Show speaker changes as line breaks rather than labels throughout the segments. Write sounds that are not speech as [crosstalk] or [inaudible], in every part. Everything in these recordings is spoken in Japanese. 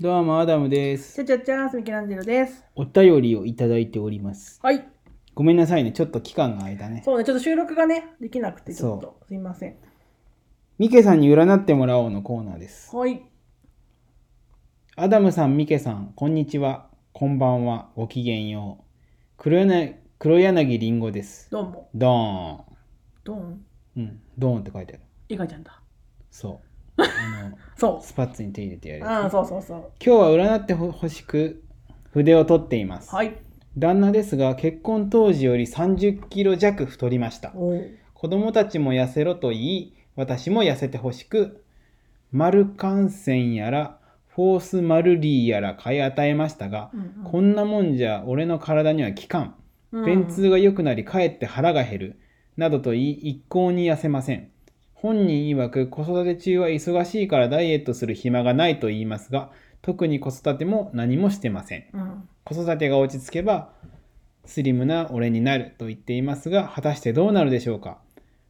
どうもアダムです
ちゃちゃちゃーすみきらんじろです。
お便りをいただいております
はい。
ごめんなさいねちょっと期間が空いたね
そうね、ちょっと収録がね、できなくて、ちょっと、すいません。
ミケさんに占ってもらおうのコーナーです
はい。
アダムさんミケさんこんにちはこんばんはごきげんよう黒柳黒柳りんごです
どうも。
ドー
どん。
ンうんドーンって書いてある
いかちゃんだ。
そうあの [laughs]
そ
スパッツに手入れてや
う。
るやつ
ああ、そうそうそう。
今日は占ってほ欲しく筆を取っています、
はい。
旦那ですが結婚当時より3 0キロ弱太りました
おー
子供たちも痩せろと言い私も痩せてほしく丸感染やらフォースマルリーやら買い与えましたが、
うんうん
こんなもんじゃ俺の体には効かん
うん
便通が良くなりかえって腹が減るなどと言い一向に痩せません本人曰く子育て中は忙しいからダイエットする暇がないと言いますが特に子育ても何もしてません
うん。
子育てが落ち着けばスリムな俺になると言っていますが果たしてどうなるでしょうか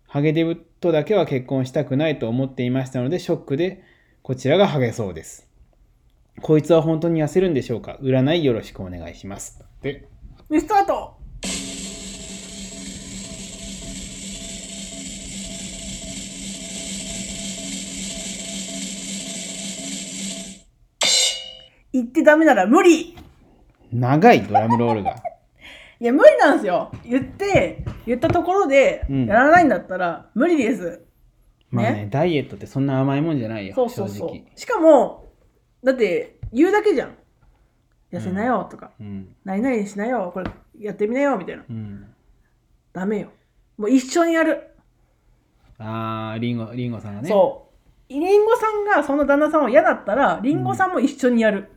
ハゲデブとだけは結婚したくないと思っていましたのでショックでこちらがハゲそうですこいつは本当に痩せるんでしょうか占いよろしくお願いしますで
ミスタート言ってダメなら無理
長いドラムロー
[laughs]
ルが
いや無理なんですよ言って言ったところで
うん
やらないんだったら無理です、
まあねダイエットってそんな甘いもんじゃないよ
そうそうそ
正直
うしかもだって言うだけじゃん痩せなよとか、
うん
何々しなよこれやってみなよみたいな
うん
ダメよもう一緒にやる、
あーリンゴリンゴさんがね
そうリンゴさんがその旦那さんを嫌だったらリンゴさんも一緒にやる、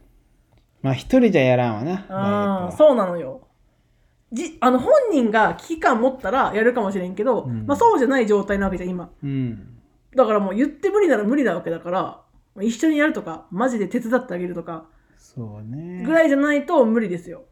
まあ一人じゃやらんわなダイエッ
ああ
トは
そうなのよじあの本人が危機感持ったらやるかもしれんけど、
うん
まあ、そうじゃない状態なわけじゃん今
うん
だからもう言って無理なら無理なわけだから一緒にやるとかマジで手伝ってあげるとか
そうね
ぐらいじゃないと無理ですよ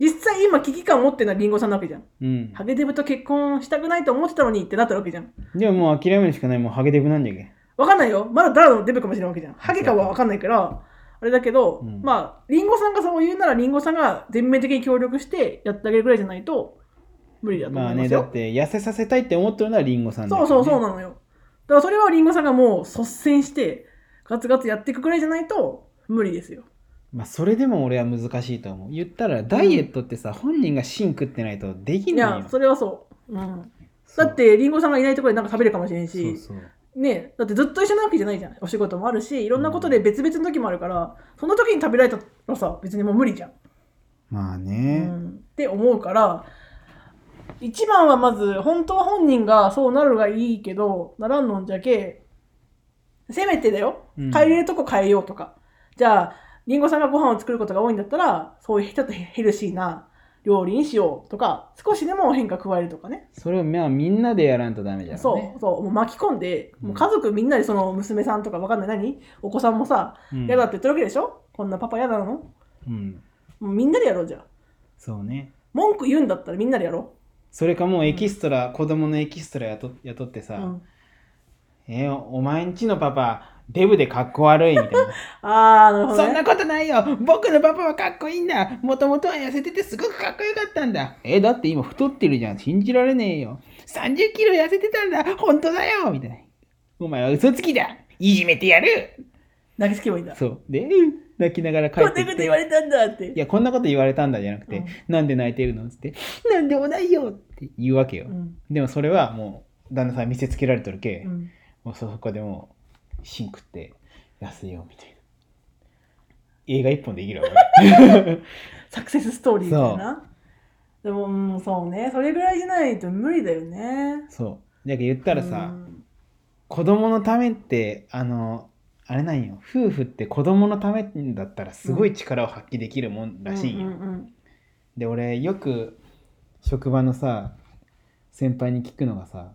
実際今危機感持ってるのはリンゴさんなわけじゃん
うん
ハゲデブと結婚したくないと思ってたのにってなってるわけじゃん
でももう諦めるしかない。もうハゲデブなんだけ。
わかんないよまだダラのデブかもしれないわけじゃんハゲかはわかんないからあれだけど、
うん
まあリンゴさんがそう言うならリンゴさんが全面的に協力してやってあげるぐらいじゃないと無理だと
ま
思
あ
いま
ね、
す
だ
よ、
って痩せさせたいって思ってるのはリンゴさんだ
そうそうそうなのよだからそれはリンゴさんがもう率先してガツガツやっていくぐらいじゃないと無理ですよ
まあそれでも俺は難しいと思う。言ったらダイエットってさ、本人が芯食ってないとでき
い
ない
や
よ。
それはそう、うん、
そう
だってリンゴさんがいないところでなんか食べるかもしれんし
そうそう。
ねだってずっと一緒なわけじゃないじゃんお仕事もあるしいろんなことで別々の時もあるからその時に食べられたらさ別にもう無理じゃん、
まあ
う
ね。
ん、って思うから一番はまず本当は本人がそうなるがいいけどならんのんじゃけせめてだよ
うん
変えれるとこ変えようとか、じゃありんごさんがご飯を作ることが多いんだったらそういうちょっとヘルシーな料理にしようとか少しでも変化加えるとかね
それをまあみんなでやらんとダメじゃん、ね。
そうそうもう巻き込んで、
うん
もう家族みんなでその娘さんとかわかんない何お子さんもさ
うん。
嫌だって言ってるわけでしょこんなパパ嫌なのも
うん。
うみんなでやろうじゃん
そうね。
文句言うんだったらみんなでやろ
それかもうエキストラ、子供のエキストラ雇雇って
う、
さ、
うん、
えーお前んちのパパ、デブでかっこ悪いみたいな。
ああなるほど、ね、
そんなことないよ僕のパパはかっこいいんだもともとは痩せててすごくかっこよかったんだえ、だって今太ってるじゃん信じられねえよ30キロ痩せてたんだ本当だよみたいなお前は嘘つきだいじめてやる
投げつけばいいんだ
そう。で、うん泣きながら帰
こん
っ
な
て
こ
き
と
て
言われたんだって
いや、こんなこと言われたんだじゃなくて、
うん
なんで泣いてるのつって、なんでもないよって言うわけよ
う。ん
でもそれはもう、旦那さん見せつけられとるけ、
うん、
もうそこでもうシンクって痩せようみたいな映画一本できるわ俺
サクセスストーリーみたいなでも、うん、そうねそれぐらいじゃないと無理だよね
そうだから言ったらさ、
うん
子供のためってあのあれなんよ夫婦って子供のためだったらすごい力を発揮できるもんらしいんよ、
うんうんうん
で俺よく職場のさ先輩に聞くのがさ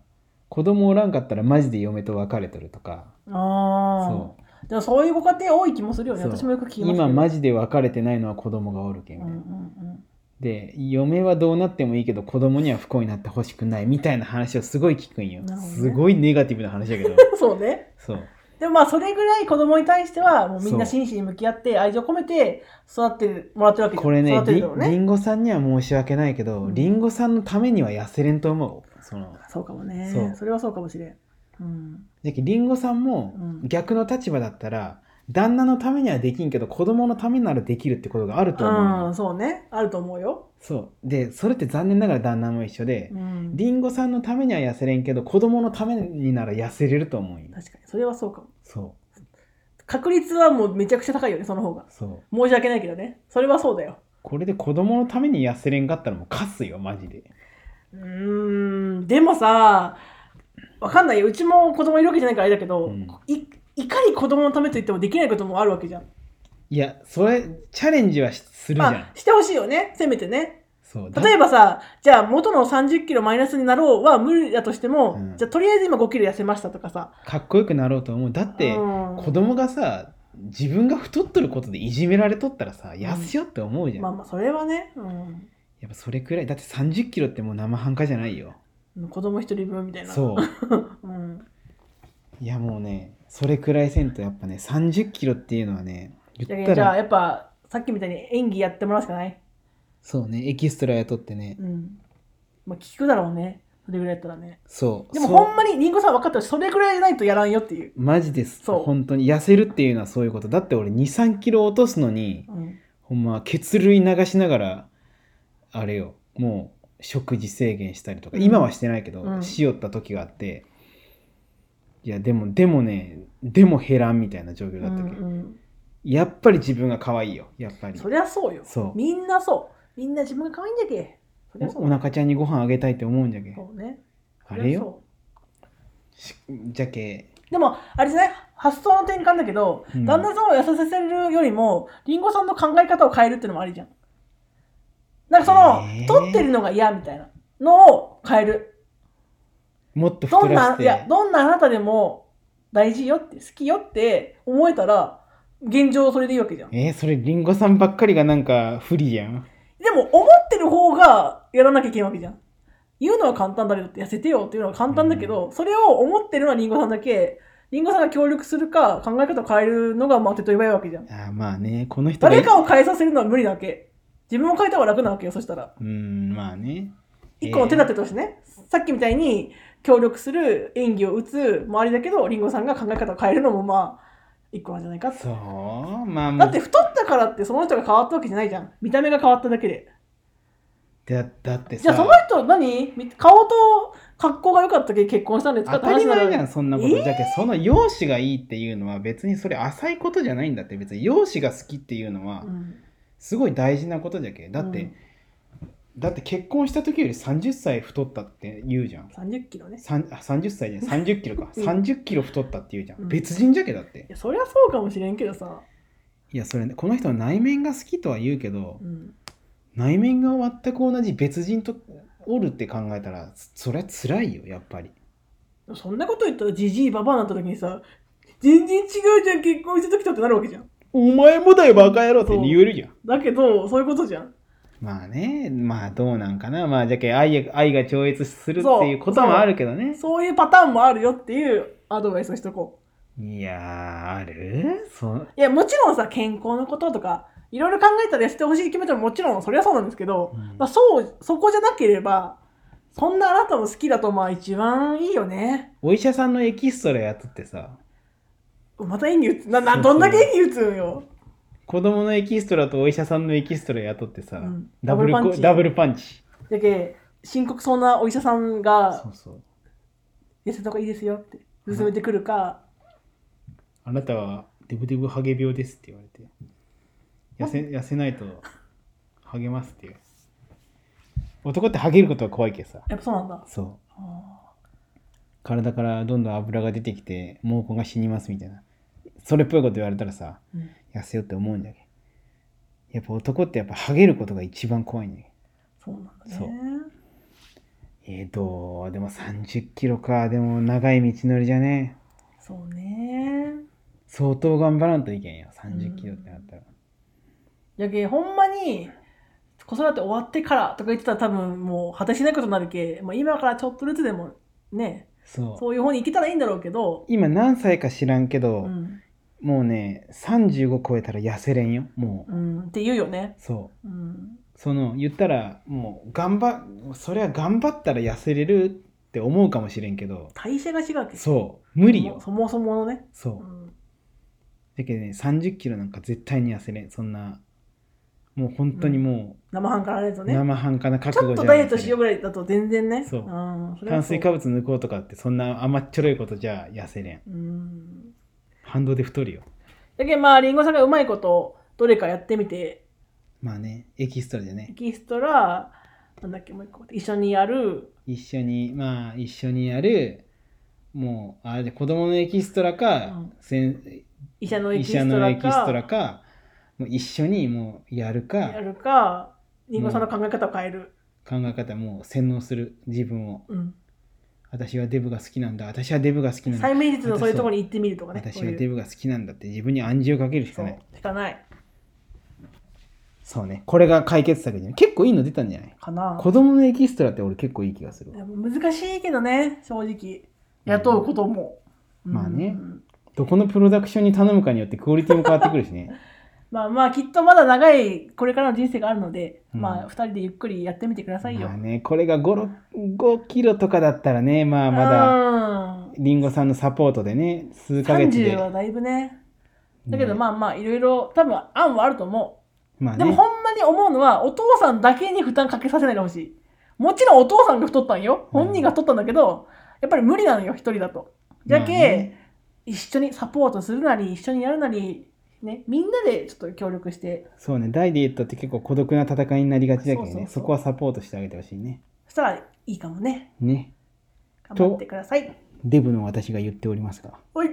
子供おらんかったらマジで嫁と別れとるとか
ああ
そ
でもそういうご家庭多い気もするよね
そう
私もよく聞きますけど
今マジで別れてないのは子供がおるけみ
う
た
ん
いうな、
んうん [laughs]
で嫁はどうなってもいいけど子供には不幸になってほしくないみたいな話をすごい聞くんよ、
なるほどね [laughs]
すごいネガティブな話だけど
そうね。
そう
でもまあそれぐらい子供に対してはもうみんな
そ
真摯に向き合って愛情込めて育ってもらってるわけじゃん
これね
育て
り
るだろうね
りんごさんには申し訳ないけど、
うん
りんごさんのためには痩せれんと思うその
そうかもね
そう
それはそうかもしれん、うん、
じゃけりんごさんも
うん
逆の立場だったら、旦那のためにはできんけど子供のためならできるってことがあると思うの、
うんそうねあると思うよ、
そうでそれって残念ながら旦那も一緒で、
うん、
りんごさんのためには痩せれんけど子供のためになら痩せれると思うんよ
確かにそれはそうかも
そ
確率はもうめちゃくちゃ高いよねその方が
うそう
申し訳ないけどねそれはそうだよ
これで子供のために痩せれんかったらもうカスよマジで
うーんでもさわかんないようちも子供いるわけじゃないからあれだけど、
うん
いいかに子供のためといってもできないこともあるわけじゃん
いやそれチャレンジはしするじゃん、
まあしてほしいよねせめてね
そうだ
例えばさじゃあ元の3 0キロマイナスになろうは無理だとしても、
うん
じゃあとりあえず今5キロ痩せましたとかさ
かっこよくなろうと思うだって、
うん
子供がさ自分が太っとることでいじめられとったらさ痩せよって思うじゃん、
まあまあそれはね、うん
やっぱそれくらいだって3 0キロってもう生半可じゃないよ
子供一人分みたいな
そう
う、ん、
いやもうねそれくらいせんとやっぱね3 0キロっていうのはね
じゃ
言っ
あ
た
じゃあ
ら
やっぱさっきみたいに演技やってもらうしかない、
そうねエキストラ雇ってね、
うんまあ、聞くだろうねそれぐらいやったらね
そう
でも
そう
ほんまにりんごさん分かったそれぐらいじゃないとやらんよっていう、
マジです
そう
本当に痩せるっていうのはそういうことだって俺2 3キロ落とすのに
うん、
ほんま血類流しながらあれよもう食事制限したりとか、
うん
今はしてないけど、
うん
しよった時があっていやでもでもねでも減らんみたいな状況
う
だったけど、
ん
やっぱり自分が可愛いよやっぱ
うん
り
そりゃそうよ
そう
みんなそうみんな自分が可愛いんだけそりゃそう
おお腹ちゃんにご飯あげたいって思うんじゃけ
そうね
あれ
そりゃそう
よしじゃけ
でも、あれじゃない発想の転換だけど、
うん
旦那さんを痩せさせるよりも、りんごさんの考え方を変えるっていうのもありじゃん。なんかその、
えー
取ってるのが嫌みたいなのを変える。
もっと
ど
太
ん
らせ、
ない
て
や、どんなあなたでも大事よって、好きよって思えたら、現状それでいいわけじゃん。で
えー、それりんごさんばっかりがなんか不利やん
も、思ってる方がやらなきゃいけないわけじゃん。言うのは簡単だけどって、痩せてよっていうのは簡単だけど、それを思ってるのはりんごさんだけ、りんごさんが協力するか、考え方を変えるのが、まあ、手っ取り早いわけじゃん。
あーまあねこの人が
誰かを変えさせるのは無理なわけ自分を変えた方が楽なわけよそしたら
うんまあね
一個の手立
て、
てとしてね、さっきみたいに協力する演技を打つ周りだけどりんごさんが考え方を変えるのもまあ一個なんじゃないかって
そうまあ
だ
もう
って太ったからってその人が変わったわけじゃないじゃん見た目が変わっただけで
だだってさ
じゃあその人何み顔と格好が良かったけど結婚したんですか
当たり前じゃ
ん
んそんなこと、
えー
じゃけその容姿がいいっていうのは別にそれ浅いことじゃないんだって別に容姿が好きっていうのはすごい大事なことじゃけだって、だって結婚した時より30歳太ったって言うじゃん
3 0キロね
さんあ30歳じ
[laughs]
ゃない30キロか
うん
30キロ太ったって言うじゃん、
うん
別人じゃけだって
いやそりゃそうかもしれんけどさ、
いやそれねこの人は内面が好きとは言うけど
うん、
内面が全く同じ別人とおるって考えたらそれは辛いよやっぱり
そんなこと言ったらじじいばばあになった時にさ全然違うじゃん結婚した時とってなるわけじゃん
お前もだよバカ野郎って言えるじゃん
だけどそういうことじゃん
まあね、まあどうなんかな。まあじゃけ愛や愛が超越するっ
そう
ていうこともあるけどね。
そういうパターンもあるよっていうアドバイスをしとこ
いやー、あるそう
ういやもちろんさ健康のこととかいろいろ考えたら痩せてほしい気持ちももちろんそりゃそうなんですけど、
うん
まあ、そうそこじゃなければそんなあなたも好きだとまあ一番いいよね
お医者さんのエキストラやっとってさ、
また演技打つなな
そうそ
ど
うん
だけ演技打つんよ、
子供のエキストラとお医者さんのエキストラやっとってさ、
うん
ダブルコ
ダブルパンチ
ダブルパンチ。
だけ深刻そうなお医者さん
そ
が
うそう。
痩せた方がいいですよって勧めてくるか、
あなたはデブデブハゲ病ですって言われて。痩せ痩せないとハゲますっていう。男ってハゲることは怖いけどさ。
やっぱそうなんだ
そう。
あ
体からどんどん油が出てきて毛根が死にますみたいなそれっぽいこと言われたらさ
ーうん
痩せようって思うんじゃけやっぱ男ってやっぱハゲることが一番怖いね
そうなんだ
そう
ね
えー、どうでも3 0キロかでも長い道のりじゃね
そうね
相当頑張らんといけんよ3 0キロってなったら、
やけほんまに子育て終わってからとか言ってたら多分もう果てしないことになるけ、まあ、今からちょっとずつでもね
そう
そういう方に行けたらいいんだろうけど、
今何歳か知らんけど、
うん
もうね35超えたら痩せれんよもう、
うん、って言うよね、
そう
うん、
その言ったらもう頑張それは頑張ったら痩せれるって思うかもしれんけど
代謝が違うわけ
そう無理よ
そもそものね、
そううんだけどね3 0キロなんか絶対に痩せれんそんなもう本当にも
生半可なやつを
う
ね
生半可な覚
ちょ
悟じ
っと
ゃ
ダ
ない
イエットしようぐらいだと全然ね
そうん
それは
炭
そう
水化物抜こうとかってそんな甘っちょろいことじゃ痩せれん
うん
反動で太るよ
だけどまありんごさんがうまいことどれかやってみて
まあねエキストラで
エ
ね
キストラなんだっけもう一個一緒にやる
一緒にまあ一緒にやるもうあで子供のエキストラか、
うん
せん
医者のエ
医
キス
者
ト
のエ
ラ
キストラ
か
かもう一緒にもうやる
や
か
るかりんごさんの考え方を変える、
考え方もう洗脳する自分を
うん
私はデブが好きなんだ私はデブが好きなんだ
催眠術のそういうところに行ってみるとかね
私
そう
は
いう
デブが好きなんだって自分に暗示をかけるしか
そう
ない
しかない
そうねこれが解決策じゃない結構いいの出たんじゃない
かな
子供のエキストラって俺結構いい気がするわ
でも難しいけどね正直雇うことも、
んまあね
うん
どこのプロダクションに頼むかによってクオリティも変わってくるしね
まあまあきっとまだ長いこれからの人生があるので、
うん
まあ2人でゆっくりやってみてくださいよ。
まあねこれが5 5キロとかだったらねまあまだ
だ
りんごさんのサポートでね数ヶ月で
30はだいぶね。だけど
あ
まあまあいろいろ多分案はあると思
まあ
う。
ね
でもほんまに思うのはお父さんだけに負担かけさせないでほしい。もちろんお父さんが太ったんよ。本人が太ったんだけど、やっぱり無理なのよ、一人だと。じゃけ、
まあね
一緒にサポートするなり、一緒にやるなり、ね、みんなでちょっと協力して、
そうねダイエットって結構孤独な戦いになりがちだけどね
そ
そう
そうそう
こはサポートしてあげてほしいね
そしたらいいかもね。
ね
頑張ってください。
デブの私が言っておりますが
おい